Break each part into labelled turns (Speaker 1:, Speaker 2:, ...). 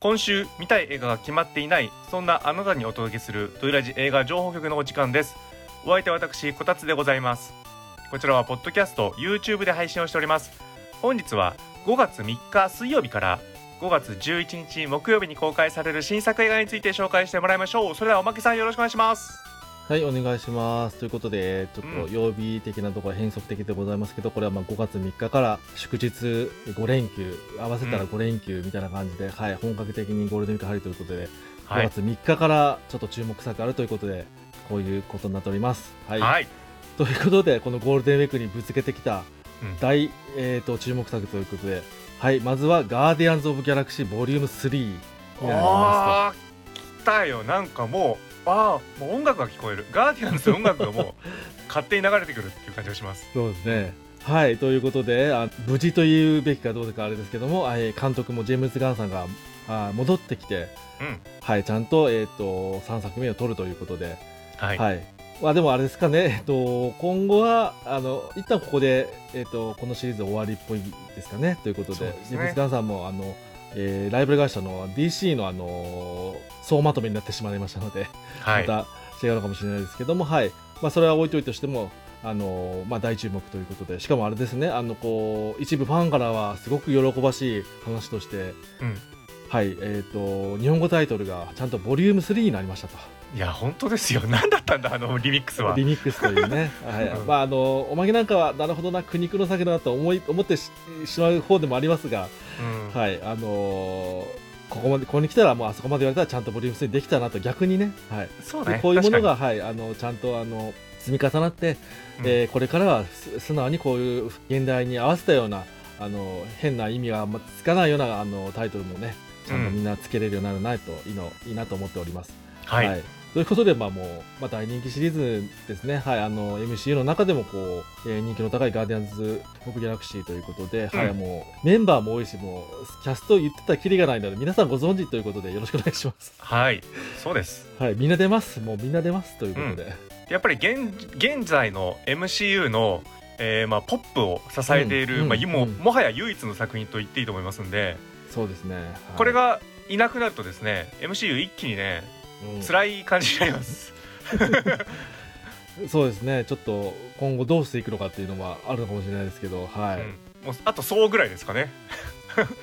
Speaker 1: 今週見たい映画が決まっていないそんなあなたにお届けするドイラジ映画情報局のお時間ですお相手は私こたつでございますこちらはポッドキャスト YouTube で配信をしております本日は5月3日水曜日から5月11日木曜日に公開される新作映画について紹介してもらいましょうそれではおまけさんよろしくお願いします
Speaker 2: はい、お願いします。ということで、ちょっ
Speaker 1: う
Speaker 2: と曜日的なところは変則的でございますけど、これはまあ5月3日から祝日5連休、合わせた
Speaker 1: う
Speaker 2: ら
Speaker 1: ん
Speaker 2: 5連休みたいな感じで、はい、本格的にゴールデンウィーク入るということで、
Speaker 1: は
Speaker 2: 5
Speaker 1: い
Speaker 2: 月3日からちょっと注目作あるということで、こういうことになっております。はい。
Speaker 1: はい
Speaker 2: ということで、このゴールデンウィークにぶつけてきた
Speaker 1: うん
Speaker 2: 大、えー、と注目作ということで、はい、まずはガーディアンズ・オブ・ギャラクシーボリューム3になりま
Speaker 1: あー来たよなんかもうああもう音楽が聞こえるガーディアンズの音楽がもう勝手に流れてくるっていう感じがします
Speaker 2: すと。そうですね。はい、ということで、あ無事というべきかどうかあれですけども、あえー監督もジェームズ・ガンさんがあー戻ってきて、
Speaker 1: うん
Speaker 2: はい、ちゃんと,、えー、と3作目を撮るということで、
Speaker 1: はい、
Speaker 2: はいまあ、でもあれですかね、えっと、今後はあの一旦ここで、えっと、このシリーズ終わりっぽいですかねということで
Speaker 1: そうですね
Speaker 2: ジェームズ・ガンさんもあの、えーライブル会社の DC の、あの総まとめになってしまいましたので、
Speaker 1: はい
Speaker 2: また違うのかもしれないですけども、はいまあ、それは置いといてしても。あのまあ、大注目ということでしかもあれですねあのこう一部ファンからはすごく喜ばしい話として、
Speaker 1: うん
Speaker 2: はいえー、と日本語タイトルがちゃんとボリューム3になりましたと。
Speaker 1: いや本当ですよ 何だったんだあのリミックスは
Speaker 2: リミックスとい うね、はい
Speaker 1: うん
Speaker 2: まあ、あのおまけなんかはなるほどな苦肉の策だなと思い思ってししまう方でもありますが、
Speaker 1: うん
Speaker 2: はいあのーここまでここに来たらもうあそこまで言われたらちゃんとボリューム3できたなと逆にね、はい、
Speaker 1: そう
Speaker 2: で
Speaker 1: ね
Speaker 2: こういうもの
Speaker 1: 確か
Speaker 2: が、はい、あのちゃんとあの積み重なって、
Speaker 1: うん
Speaker 2: えーこれからはす素直にこういう現代に合わせたようなあの変な意味があんまつかないようなあのタイトルもねちゃんとみんなつけれるようになるなと、いいのいいなと思っております。
Speaker 1: にはい、
Speaker 2: はいということで、まあもうまあ、大人気シリーズですね、はい、あの MCU の中でもこう、えー人気の高いガーディアンズ・オブ・ギャラクシーということで、はい
Speaker 1: うん
Speaker 2: もうメンバーも多いし、もうキャスト言ってたらきりがないので、皆さんご存知ということで、よろしくお願いします。
Speaker 1: はい、そうです
Speaker 2: はい、みんな出ます、もうみんな出ますということで、
Speaker 1: やっぱり現現在の MCU の、えーまあ、ポップを支えている、
Speaker 2: うん
Speaker 1: まあ、
Speaker 2: うん
Speaker 1: も
Speaker 2: うん
Speaker 1: もはや唯一の作品と言っていいと思いますんで、
Speaker 2: そうですね、はい
Speaker 1: これ、がいなくなるとですね MCU 一気にね
Speaker 2: うん
Speaker 1: 辛い感じになります、
Speaker 2: そうですね、ちょっと今後どうしていくのかっていうのはあるのかもしれないですけど、はい、
Speaker 1: うんもうあとそうぐらいですかね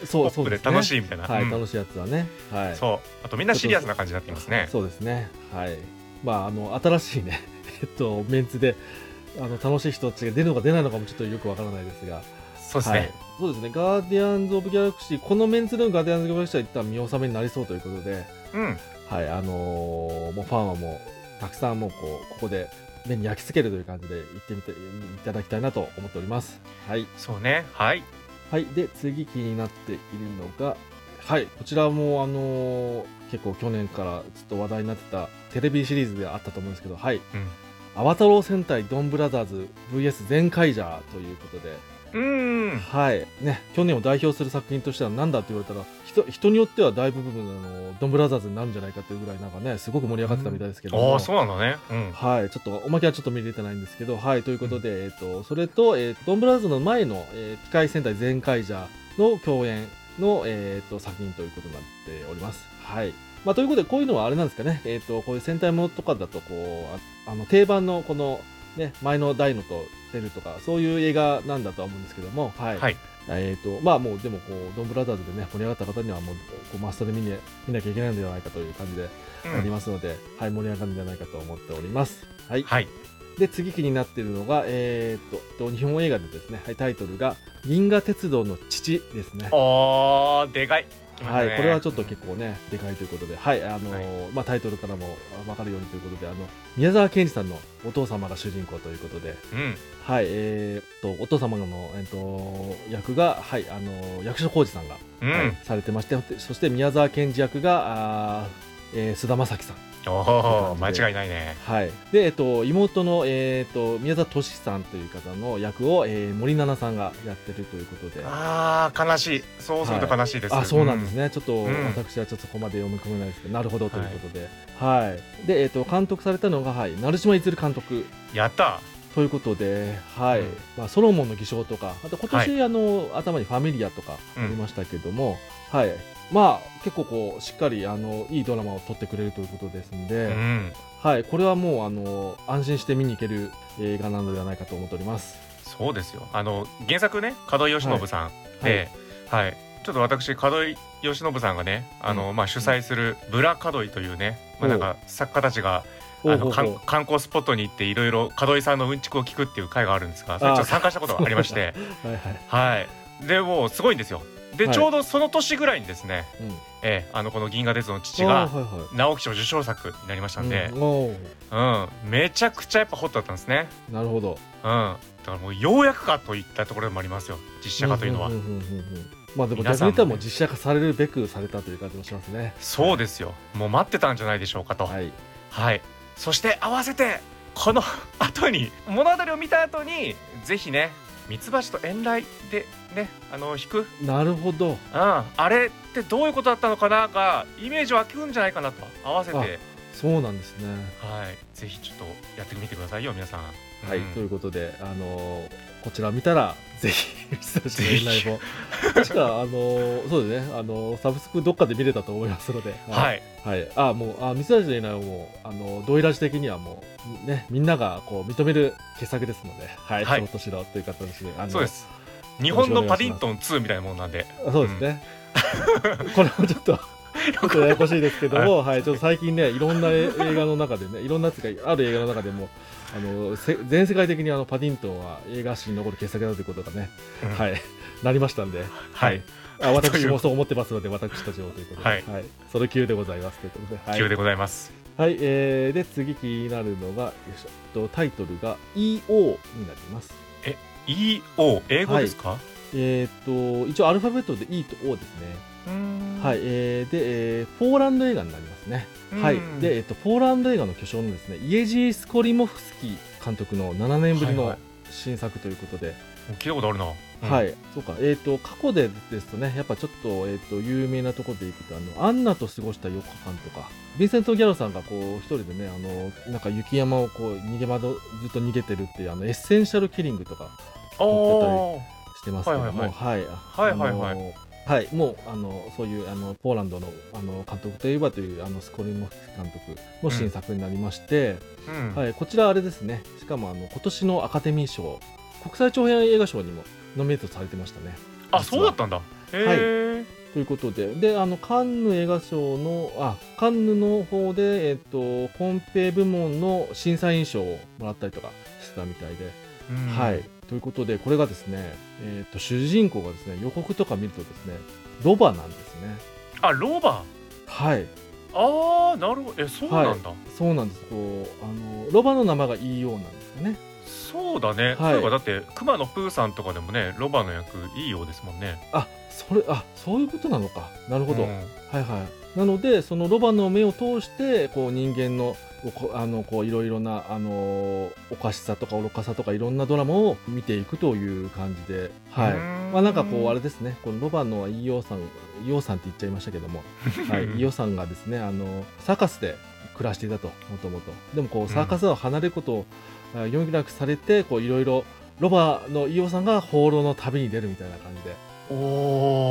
Speaker 2: そ
Speaker 1: ポ
Speaker 2: うそ
Speaker 1: ッ
Speaker 2: う
Speaker 1: プ
Speaker 2: で
Speaker 1: です
Speaker 2: ね、
Speaker 1: 楽しいみたいな、
Speaker 2: はい、
Speaker 1: うん
Speaker 2: 楽しいやつだね。はい
Speaker 1: そうあとみんなシリアスな感じになっていますね
Speaker 2: そうですね。はい。まあ、あの、新しいね、 えっと、メンツで、あの、楽しい人たちが出るのか出ないのかもちょっとよくわからないですが。
Speaker 1: そうです
Speaker 2: は
Speaker 1: ね、
Speaker 2: い。そうですね。ガーディアンズ・オブ・ギャラクシー、このメンツでのガーディアンズ・オブ・ギャラクシーは一旦見納めになりそうということで、
Speaker 1: うん
Speaker 2: はい、あのーもうファンはもう、たくさんもう、こう、ここで、目に焼き付けるという感じで行ってみていただきたいなと思っております。はい。
Speaker 1: そうねはい
Speaker 2: はい、で次気になっているのが、はい、こちらも、あのー結構去年からずっと話題になってたテレビシリーズであったと思うんですけど、はい、アバタロー戦隊ドンブラザーズ VS ゼンカイジャーということで、
Speaker 1: うんうん
Speaker 2: はい、ね、去年を代表する作品としては何だって言われたら、人人によっては大部分あのドンブラザーズになるんじゃないかというぐらいなんかね、すごく盛り上がってたみたいですけども、
Speaker 1: ああそうなんだねうん
Speaker 2: はい、ちょっとおまけはちょっと見れてないんですけど、はい、ということで、えっ、と、それと、えードンブラザーズの前の、えー機械戦隊全開者の共演の、えっ、と、作品ということになっております。はい。まあ、ということで、こういうのはあれなんですかね、えっ、と、こういう戦隊ものとかだと、こう、ああの、定番のこの、ね、前の大のと出るとか、そういう映画なんだとは思うんですけども、はい。
Speaker 1: はい
Speaker 2: えっ、と、まあ、もう、でも、こう、ドンブラザーズでね、盛り上がった方には、もう、こうマストで見に見なきゃいけないのではないかという感じで、
Speaker 1: うん
Speaker 2: ありますので、はい、盛り上がるんじゃないかと思っております。はい。
Speaker 1: はい
Speaker 2: で、次気になっているのが、えーっと、日本映画でですね、はい、タイトルが、銀河鉄道の父ですね。
Speaker 1: あーでかい来ました
Speaker 2: は
Speaker 1: ね
Speaker 2: い、これはちょっと結構ね、でかいということで、はい、あの
Speaker 1: は
Speaker 2: ーまあ、タイトルからもわかるようにということで、あの、宮沢賢治さんのお父様が主人公ということで、
Speaker 1: うん
Speaker 2: はい、えーっと、お父様の、えーっと、役が、はい、あのー役所広司さんが、
Speaker 1: うん、
Speaker 2: はいされてまして、そして宮沢賢治役が、あーえー菅田将暉さん。
Speaker 1: おお間違いないね
Speaker 2: はい、で、えっと、妹の、えーっと宮田俊さんという方の役を、えー森七菜さんがやってるということで。
Speaker 1: ああ悲しいそうすると悲しいです、
Speaker 2: あそうなんですね、ちょっと、
Speaker 1: うん
Speaker 2: 私はちょっとそこまで読み込めないですけど、なるほどということで、はいでえっと監督されたのが、はい、成島いずる監督、
Speaker 1: うんやった
Speaker 2: ということで、はい
Speaker 1: うん
Speaker 2: まあ、ソロモンの偽証とか、あと今年、
Speaker 1: は
Speaker 2: あの頭にファミリアとかあ
Speaker 1: うん
Speaker 2: りましたけども、はいまあ、結構こうしっかりあのいいドラマを撮ってくれるということですので、
Speaker 1: うん、
Speaker 2: はい、これはもうあの安心して見に行ける映画なのではないかと思っております。
Speaker 1: そうですよあの原作ね門井慶喜さん
Speaker 2: はい
Speaker 1: で、はいちょっと私門井慶喜さんがねあの、まあ、主催するブラ門井というね、まあ、なんか作家たちがあ
Speaker 2: ほ
Speaker 1: の
Speaker 2: うほう
Speaker 1: 観
Speaker 2: ほう
Speaker 1: 観光スポットに行っていろいろ門井さんのうんちくを聞くっていう会があるんですがそれちょっと参加したことがありまして
Speaker 2: はいはい
Speaker 1: はいでもうすごいんですよで、
Speaker 2: はい
Speaker 1: ちょうどその年ぐらいにですね、
Speaker 2: うん
Speaker 1: ええあのこの「銀河鉄道の父
Speaker 2: あ
Speaker 1: が
Speaker 2: ー」はいはい
Speaker 1: 直木賞受賞作になりましたんで
Speaker 2: う、んおー
Speaker 1: うんめちゃくちゃやっぱホットだったんですね
Speaker 2: なるほど
Speaker 1: うんだからもうようやくかといったところでもありますよ実写化というのは、
Speaker 2: んんんうんうんまあでも
Speaker 1: 皆
Speaker 2: 逆に
Speaker 1: さん
Speaker 2: 言
Speaker 1: も
Speaker 2: ったらもう実写化されるべくされたという感じもしますね
Speaker 1: そうですよもう待ってたんじゃないでしょうかとはい、
Speaker 2: はい
Speaker 1: そして合わせてこの 後に物語を見た後にぜひねミツバチと遠雷でねあの引く、うん、
Speaker 2: なるほど
Speaker 1: あれってどういうことだったのかながイメージ湧くんじゃないかなと合わせて
Speaker 2: あ
Speaker 1: はい
Speaker 2: そうなんですね
Speaker 1: ぜひちょっとやってみてくださいよ皆さん
Speaker 2: はい、
Speaker 1: うん
Speaker 2: ということであのーこちら見たらぜひ久し
Speaker 1: ぜ
Speaker 2: ぶ
Speaker 1: ひ
Speaker 2: りのライブを確かあのーそうですねあのーサブスクどっかで見れたと思います ので、
Speaker 1: はいい
Speaker 2: はい、あもうあミスラジの依頼をもうあのードイラジ的にはもうねみんながこう認める傑作ですのではい、
Speaker 1: はい
Speaker 2: その年のという形であの
Speaker 1: そうです日本のパディントン2みたいなもんなんで
Speaker 2: あそうですね。 これもちょ っと。ちょっとややこしいですけども、はい、ちょっと最近ね、いろんなえ映画の中でね、いろんなつうかある映画の中でも、あのせ全世界的にあのパディントンは映画史に残る傑作だということがね、
Speaker 1: うん
Speaker 2: はい、なりましたんで、
Speaker 1: はい、
Speaker 2: あ
Speaker 1: と
Speaker 2: 私
Speaker 1: いう
Speaker 2: もそう思ってますので、私たちもということで、
Speaker 1: はい
Speaker 2: それ級でございますということで、はい、
Speaker 1: 急でございます
Speaker 2: はい、えーで次気になるのが、よいしょえっとタイトルが EO になります。
Speaker 1: EO 英語ですか、
Speaker 2: えーっと一応アルファベットで E と O ですね。はい、えーで、えーポーランド映画になりますね。はい、で、えっと、ポーランド映画の巨匠のですね、イエジー・スコリモフスキー監督の7年ぶり
Speaker 1: はい
Speaker 2: の
Speaker 1: はい
Speaker 2: 新作ということで、はい、
Speaker 1: 聞いたことあるな。
Speaker 2: そうか、えっと、過去でですとね、やっぱちょっと、えっと、有名なところでいくと、あの、アンナと過ごした4日間とか、ヴィンセント・ギャロさんがこう、一人でね、あの、なんか雪山をこう、逃げ窓、ずっと逃げてるっていう、あの、エッセンシャル・キリングとか
Speaker 1: おお
Speaker 2: してますけども、
Speaker 1: はい
Speaker 2: はい、
Speaker 1: はいはいはい
Speaker 2: あのはい、もうあのそういうあのポーランドのあの監督といえばというあのスコリモフスキー監督の新作になりまして、
Speaker 1: ー。うん。
Speaker 2: はい、こちらあれですねしかもあの今年のアカデミー賞国際長編映画賞にもノミネートされてましたね。
Speaker 1: あ、そうだったんだ。へえ。
Speaker 2: ということでであのカンヌ映画賞のあカンヌの方で、えっとコンペ部門の審査員賞をもらったりとかしてたみたいで。
Speaker 1: うん
Speaker 2: はい。、ということでこれがですね、えー、と主人公がですね予告とか見るとですねロバなんですね
Speaker 1: あ、ロバ。
Speaker 2: はい
Speaker 1: ああ、なるほど。え、そうなんだ。
Speaker 2: そうなんですこうあのロバの名前が EO なんですよね
Speaker 1: そうだね。
Speaker 2: はい
Speaker 1: そういえばだって熊野プーさんとかでもね、ロバの役いいようですもんね。
Speaker 2: あそれあそういうことなのかなるほど、
Speaker 1: うん
Speaker 2: はいはいなのでそのロバの目を通してこう人間のこあのこういろいろなあのおかしさとか愚かさとかいろんなドラマを見ていくという感じではい、まあなんかこうあれ。ですね、このロバの飯尾さん、飯尾さんって言っちゃいましたけど も、はい、飯尾さんがですね、あのサーカスで暮らしていたと、もともと。でもこうサーカスを離れることをあ余儀なくされて、こういろいろロバの飯尾さんが放浪の旅に出るみたいな感じで、
Speaker 1: お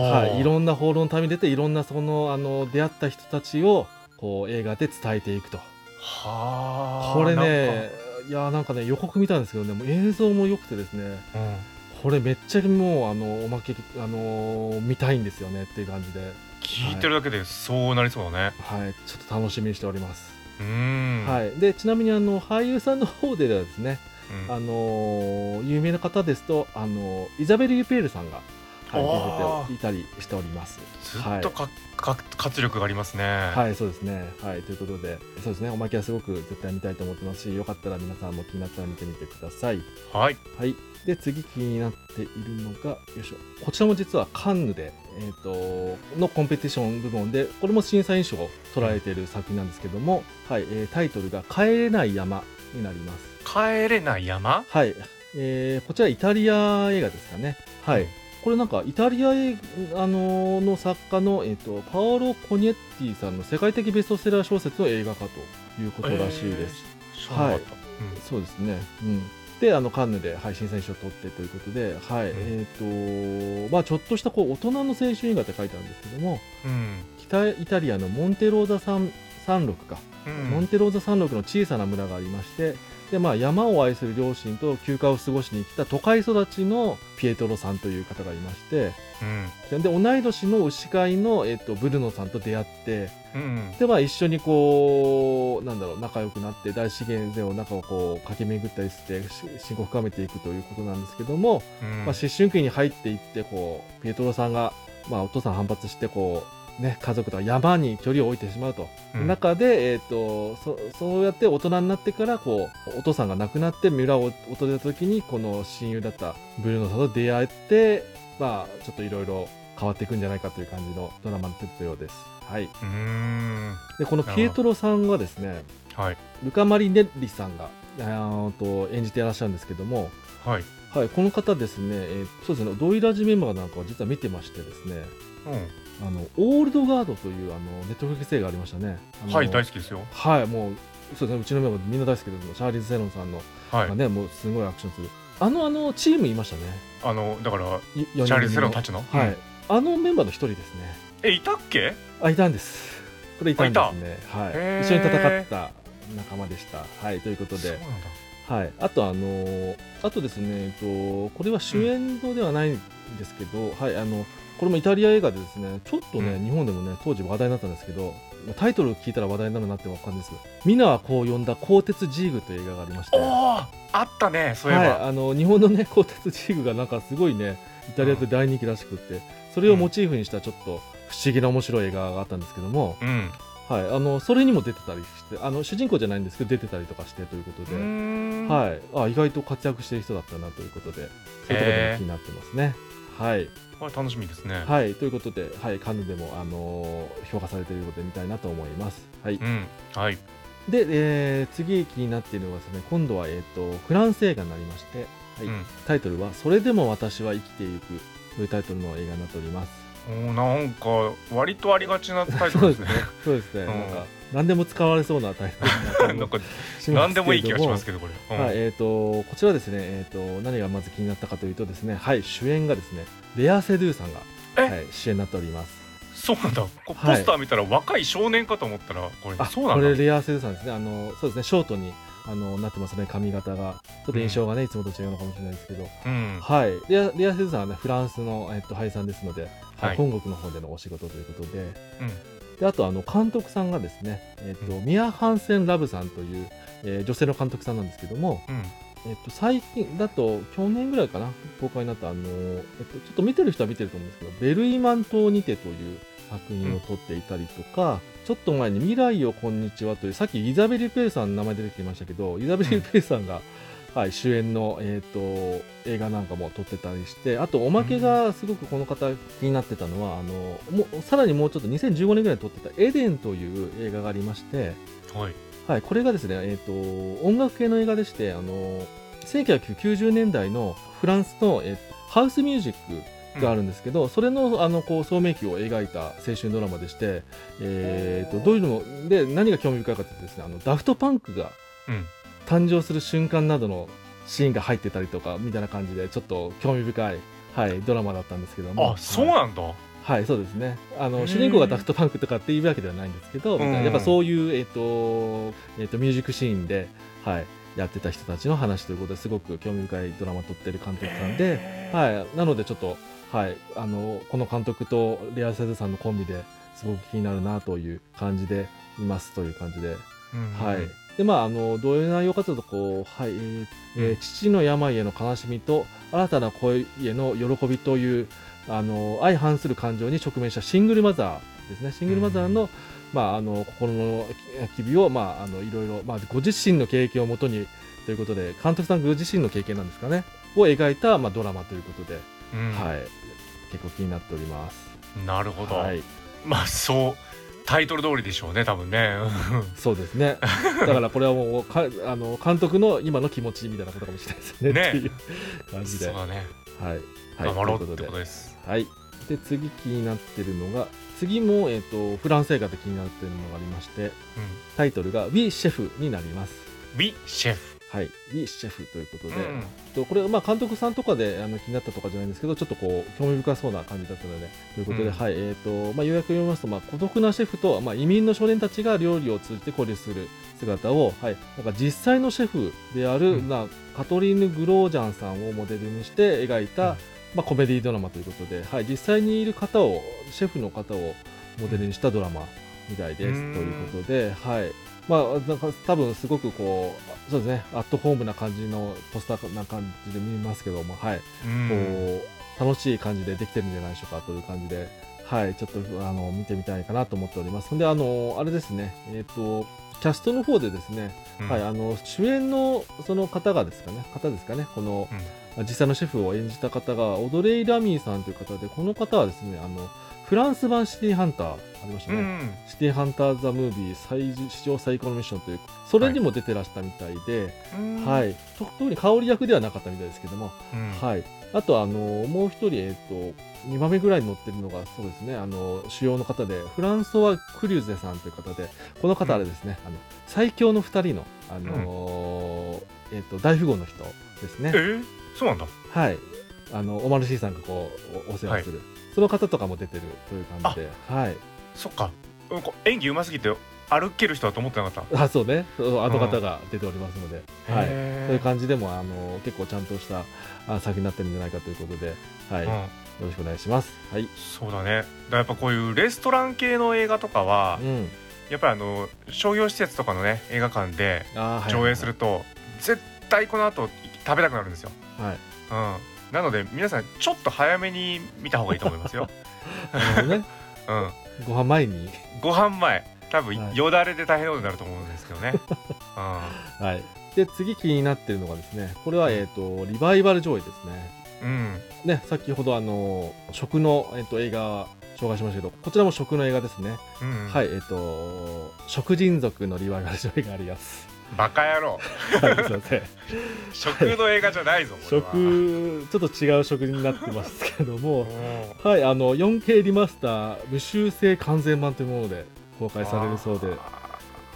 Speaker 1: お。
Speaker 2: はい、い。ろんな放浪の旅に出て、いろんなそのあの出会った人たちをこう映画で伝えていくと。
Speaker 1: はあ。
Speaker 2: これね、いやーなんかね予告見たんですけどね、もう映像も良くてですね。
Speaker 1: なんか。うん
Speaker 2: これめっちゃもうあのおまけあのー見たいんですよねっていう感じで、
Speaker 1: 聞いてるだけでそうなりそうだね。
Speaker 2: はい、ちょっと楽しみにしております、
Speaker 1: うん。い。
Speaker 2: はい、でちなみにあの俳優さんの方ではですね、あのー有名な方ですと、あのーイザベル・ユペールさんが、は
Speaker 1: あー
Speaker 2: い、出ていたりしております
Speaker 1: ずっとかか活力がありますね。は
Speaker 2: はいそうですねはいということでそうですねおまけはすごく絶対見たいと思ってますしよかったら皆さんも気になったら見てみてください
Speaker 1: はい。
Speaker 2: はい、で次気になっているのがよいしょこちらも実はカンヌで、えー、とのコンペティション部門でこれも審査員賞を取られている作品なんですけども、はいえータイトルが「帰れない山」になります。
Speaker 1: 帰れない山
Speaker 2: はいえーこちらイタリア映画ですかね。はい、これなんかイタリア映あのーの作家の、えー、とパオロ・コニエッティさんの世界的ベストセラー小説の映画化ということらしいです。
Speaker 1: 知らなかった
Speaker 2: そうですね、うん、であのカンヌで、はい、審査員賞を取ってということで、はい
Speaker 1: うん
Speaker 2: えーとまあ、ちょっとしたこう大人の青春映画って書いてあるんですけども
Speaker 1: うん
Speaker 2: 北イタリアのモンテローザ山山麓か、
Speaker 1: う
Speaker 2: モン
Speaker 1: ん
Speaker 2: テローザ山麓の小さな村がありましてで、まあ、山を愛する両親と休暇を過ごしに来た都会育ちのピエトロさんという方がいまして
Speaker 1: うん
Speaker 2: で同い年の牛飼いの、えっとブルノさんと出会って
Speaker 1: うん
Speaker 2: でまあ一緒にこうなんだろう仲良くなって大資源税を中をこう駆け巡ったりしてし親交を深めていくということなんですけども、
Speaker 1: うん
Speaker 2: まあ、思春期に入っていってこうピエトロさんが、まあ、お父さん反発してこう、ね、家族とは山に距離を置いてしまうと、
Speaker 1: うん
Speaker 2: 中で、えー、とそそうやって大人になってからこうお父さんが亡くなって村を訪れた時にこの親友だったブルーノさんと出会って、まあ、ちょっといろいろ変わっていくんじゃないかという感じのドラマになってたようです。はい、
Speaker 1: うん
Speaker 2: でこのピエトロさんはですね
Speaker 1: はい
Speaker 2: ルカ・マリネッリさんがあーと演じていらっしゃるんですけども、
Speaker 1: はい
Speaker 2: はい、この方ですね、えーそうですねドイラジメンバーなんかを実は見てましてですね
Speaker 1: う
Speaker 2: あのオールドガードというあのネットフリックス映画ありましたね。あ
Speaker 1: ん
Speaker 2: の
Speaker 1: はい大好きですよ
Speaker 2: はいもうそうですねうちのメンバーみんな大好きですけどシャーリーズ・セロンさんの、
Speaker 1: はい
Speaker 2: まあねもうすごいアクションするあのあのチームいましたね
Speaker 1: あのだから
Speaker 2: い
Speaker 1: チャ
Speaker 2: 四人
Speaker 1: ーリーズ・セロン
Speaker 2: 組
Speaker 1: たちの
Speaker 2: のは
Speaker 1: う
Speaker 2: い
Speaker 1: ん
Speaker 2: あのメンバーの一人ですね
Speaker 1: えいたっけ
Speaker 2: あいたんですこれいたんですねは
Speaker 1: へー
Speaker 2: い一緒に戦った仲間でしたはいということ
Speaker 1: そう
Speaker 2: で
Speaker 1: なんだ
Speaker 2: はい、あとあのーあとですね、えっと、これは主演のではないんですけど、はい、あのこれもイタリア映画でですねちょっとね、
Speaker 1: うん
Speaker 2: 日本でもね当時話題になったんですけどタイトル聞いたら話題になるなってわかるんですけど「ミナはこう呼んだ鋼鉄ジーグ」という映画がありまして、
Speaker 1: お
Speaker 2: は
Speaker 1: おあったねそう
Speaker 2: い、
Speaker 1: いえば、
Speaker 2: あの日本のね 鋼鉄ジーグがなんかすごいねイタリアで大人気らしくってそれをモチーフにしたちょっと不思議な面白い映画があったんですけども、
Speaker 1: うん
Speaker 2: はい、あのそれにも出てたりしてあの主人公じゃないんですけど出てたりとかしてということ
Speaker 1: うー
Speaker 2: で。
Speaker 1: ん
Speaker 2: はい、あ意外と活躍してる人だったなということで、そういうところ
Speaker 1: へ
Speaker 2: も
Speaker 1: ー
Speaker 2: 気になってますね。はい、
Speaker 1: これ楽しみですね、
Speaker 2: はい、ということで、はい、カンヌでも、あのー評価されているので見たいなと思います。はい、
Speaker 1: うんはい
Speaker 2: で、えー次気になっているのがですね、今度は、えー、とフランス映画になりまして、はい
Speaker 1: うん
Speaker 2: タイトルは「それでも私は生きていく」というタイトルの映画になっております。
Speaker 1: おーなんか割とありがちなタイトルですね
Speaker 2: そうですね、
Speaker 1: ん
Speaker 2: なんか何でも使われそうなタイトルになってお
Speaker 1: なんか
Speaker 2: りま すします
Speaker 1: 何でもいい気がしますけどこれ、うん
Speaker 2: はい、えー、とこちらですね、えー、と何がまず気になったかというとですね、はい、主演がですねレア・セドゥさんが、
Speaker 1: え
Speaker 2: はい、主演になっております
Speaker 1: そうなんだこうポ
Speaker 2: はい
Speaker 1: スター見たら若い少年かと思ったらこれ
Speaker 2: あ
Speaker 1: そうな
Speaker 2: これ
Speaker 1: んだ
Speaker 2: レア・セドゥさんですねあのそうですねショートにあのなってますね髪型がちょっと印象がね、いつもと違うのかもしれないですけど、
Speaker 1: うん
Speaker 2: はいレアレア・セドゥさんはねフランスの、えっと俳優さんですので、はい
Speaker 1: はい
Speaker 2: 本国の方でのお仕事ということで
Speaker 1: うん
Speaker 2: であとあの監督さんがですね、えーとミア・ハンセン・ラブさんという、えー女性の監督さんなんですけども、
Speaker 1: うん
Speaker 2: えっと、最近だと去年ぐらいかな公開になったあの、えっと、ちょっと見てる人は見てると思うんですけど「ベルイマン島にて」という作品を撮っていたりとか、ちょっと前に「未来よこんにちは」というさっきイザベル・ペイさんの名前出てきましたけどイザベル・ペイさんが、はい、主演の、えっと映画なんかも撮ってたりしてあとおまけがすごくこの方気になってたのは、あのもうさらにもうちょっと2015年ぐらいに撮ってた「エデン」という映画がありまして。
Speaker 1: はい
Speaker 2: はい、これがですね、えー、と音楽系の映画でしてあの1990年代のフランスの、えーハウスミュージックがあるんですけど、それのあのこう聡明期を描いた青春ドラマでして、えー、とどういうので何が興味深いかというとですねあのダフトパンクが
Speaker 1: うん
Speaker 2: 誕生する瞬間などのシーンが入ってたりとかみたいな感じでちょっと興味深い、はい、ドラマだったんですけども
Speaker 1: あそうなんだ
Speaker 2: はい、そうですね。あ
Speaker 1: へー
Speaker 2: の主人公がダフトパンクとかっていうわけではないんですけど、みたいな
Speaker 1: うん
Speaker 2: やっぱそういうえっ、とえっ、とミュージックシーンで、はい、やってた人たちの話ということですごく興味深いドラマ撮ってる監督さんで、
Speaker 1: へー
Speaker 2: はい、なのでちょっとはい、あのこの監督とレアセズさんのコンビですごく気になるなという感じでいますという感じで、
Speaker 1: うん
Speaker 2: はい。でまあ、あのどういう内容かというとこう、はいえーえー父の病への悲しみと新たな恋への喜びというあの相反する感情に直面したシングルマザーですねシングルマザーの,、まあ、あの心のききびを、まあ、あのいろいろ、まあ、ご自身の経験をもとにということで監督さんご自身の経験なんですかねを描いた、まあ、ドラマということで、
Speaker 1: うん
Speaker 2: はい、結構気になっております。
Speaker 1: なるほど、
Speaker 2: はい
Speaker 1: まあそうタイトル通りでしょうね多分ね
Speaker 2: そうですね。だからこれはもうかあの監督の今の気持ちみたいなことかもしれないですね。
Speaker 1: ね
Speaker 2: っていう感じで。
Speaker 1: そう
Speaker 2: はい。
Speaker 1: だね
Speaker 2: はい。
Speaker 1: 頑張ろう
Speaker 2: とい
Speaker 1: っ
Speaker 2: う
Speaker 1: てこと
Speaker 2: こ
Speaker 1: と
Speaker 2: で。
Speaker 1: です
Speaker 2: はい。で次気になってるのが次もえっ、とフランス映画で気になってるのがありまし
Speaker 1: う
Speaker 2: て
Speaker 1: ん
Speaker 2: タイトルが We シェフになります。
Speaker 1: 美シェフ
Speaker 2: はい、にシェフということで、
Speaker 1: うん
Speaker 2: とこれ、まあ、監督さんとかであの気になったとかじゃないんですけど、ちょっとこう興味深そうな感じだったので、ということで、
Speaker 1: うん
Speaker 2: はいえーとまあ、ようやく読みますと、まあ、孤独なシェフと、まあ、移民の少年たちが料理を通じて交流する姿を、はい、なんか実際のシェフである、
Speaker 1: うん
Speaker 2: なカトリーヌ・グロージャンさんをモデルにして描いた、
Speaker 1: うん
Speaker 2: まあ、コメディドラマということで、はい、実際にいる方を、シェフの方をモデルにしたドラマみたいです。
Speaker 1: うん
Speaker 2: ということで、はい。まあ、なんか多分すごくこう、そうですね、アットホームな感じのポスターな感じで見ますけども、はい。
Speaker 1: うん
Speaker 2: こう、楽しい感じでできてるんじゃないでしょうかという感じで、はい。ちょっと、あの、見てみたいかなと思っております。んで、あの、あれですね、えっ、と、キャストの方でですね、
Speaker 1: うん
Speaker 2: はい、あの、主演のその方がですかね、方ですかね、この、実際のシェフを演じた方が、オドレイ・ラミーさんという方で、この方はですね、あの、フランス版シティハンターありました
Speaker 1: うん
Speaker 2: ね。
Speaker 1: うん
Speaker 2: シティハンター・ザ・ムービー最重史上最高のミッションという、それにも出てらしたみたいで、
Speaker 1: うん
Speaker 2: はい、と特に香り役ではなかったみたいですけども、
Speaker 1: うん
Speaker 2: はい。あと、あの、もう一人、えっ、と、2番目ぐらいに乗ってるのが、そうですね、あの、主要の方で、フランソワ・クリューゼさんという方で、この方あれですね、あの、最強の2人の、あのーえっ、と、大富豪の人ですね
Speaker 1: え。ーそうなんだ
Speaker 2: はい。あの、オマルシーさんがこう、おお世話する、その方とかも出てるという感じで、はい。
Speaker 1: そっかうんこ演技うますぎて歩ける人だと思ってなかっ
Speaker 2: あそうねそうあの方が出ておりますので、
Speaker 1: た
Speaker 2: はい、
Speaker 1: へー
Speaker 2: そういう感じでもあの結構ちゃんとしたあ作品になってるんじゃないかということで、はいよ
Speaker 1: う
Speaker 2: ろしくお願いします。はい
Speaker 1: んそうだねだからやっぱこういうレストラン系の映画とかは
Speaker 2: うん、
Speaker 1: やっぱりあの商業施設とかのね映画館で
Speaker 2: あーはい
Speaker 1: 上映すると絶対この後食べたくなるんですよ、
Speaker 2: はい
Speaker 1: うん、なので皆さんちょっと早めに見た方がいいと思います よ、
Speaker 2: あのね
Speaker 1: うん、
Speaker 2: ご飯前に、
Speaker 1: ご飯前多
Speaker 2: は
Speaker 1: 分
Speaker 2: い
Speaker 1: よだれで大変なことになると思うんですけ どね、
Speaker 2: はい、で次気になってるのがですねこれは、えー、とリバイバル上映ですね。
Speaker 1: うん、
Speaker 2: ね先ほどあの食の、えー、と映画紹介しましたけどこちらも食の映画ですね。
Speaker 1: うん、うん、
Speaker 2: はいえっ、と食人族のリバイバル上映があり ます。
Speaker 1: バカ野郎
Speaker 2: はいすいません。
Speaker 1: 食の映画じゃないぞこれは
Speaker 2: 食ちょっと違う食事になってますけど
Speaker 1: う
Speaker 2: も
Speaker 1: ん
Speaker 2: はいあの 4K リマスター無修正完全版というもので公開されるそうで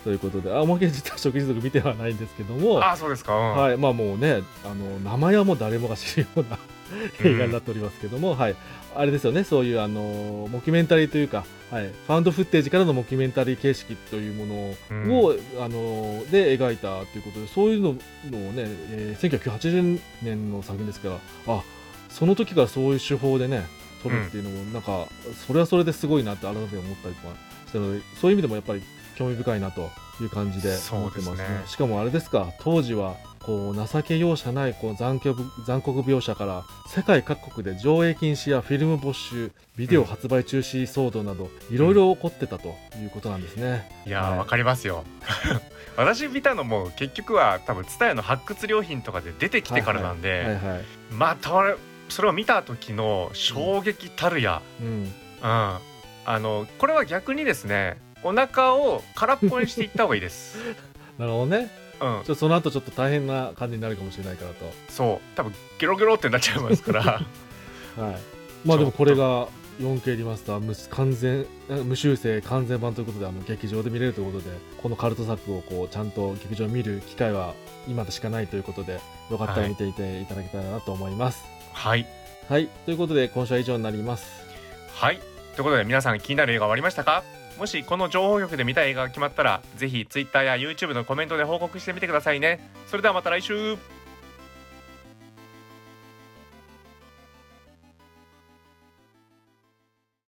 Speaker 2: ということであもう実は食事族見てはないんですけども
Speaker 1: あーそうですか、うん
Speaker 2: はいまあもうねあの名前はもう誰もが知るような映画になっておりますけども、はいあれですよねそういうあのモキュメンタリーというか、はい、ファウンドフッテージからのモキュメンタリー形式というものを、あので描いたということでそういうののをね、えー1980年の作品ですからあその時からそういう手法でね撮るっていうのも、なんかそれはそれですごいなって改めて思ったりとかしたのでそういう意味でもやっぱり興味深いなという感じで思ってます
Speaker 1: そうです
Speaker 2: ね
Speaker 1: ね
Speaker 2: しかもあれですか当時はこう情け容赦ないこう残酷残酷描写から世界各国で上映禁止やフィルム没収ビデオ発売中止騒動などいろいろ起こってたということなんですね。
Speaker 1: いやー、
Speaker 2: はい
Speaker 1: わかりますよ 私見たのも結局は多分蔦屋の発掘良品とかで出てきてからなんで、
Speaker 2: はいはい、
Speaker 1: まあたわれそれを見た時の衝撃たるや、
Speaker 2: うん
Speaker 1: うん、あのこれは逆にですねお腹を空っぽにしていった方がいい です、
Speaker 2: なるほどね
Speaker 1: うん
Speaker 2: ち、ょその後ちょっと大変な感じになるかもしれないからと、
Speaker 1: そう多分ゲロゲロってなっちゃいますから
Speaker 2: はい、まあでもこれが 4K リマスター無完全え無修正完全版ということであの劇場で見れるということでこのカルト作をこうちゃんと劇場で見る機会は今でしかないということでよかった
Speaker 1: は
Speaker 2: ら
Speaker 1: い
Speaker 2: 見ていていただけたらなと思います。
Speaker 1: はい
Speaker 2: はい、ということで今週は以上になります。
Speaker 1: はいということで皆さん気になる映画終わりましたかもしこの情報局で見たい映画が決まったらぜひ Twitter や YouTube のコメントで報告してみてくださいねそれではまた来週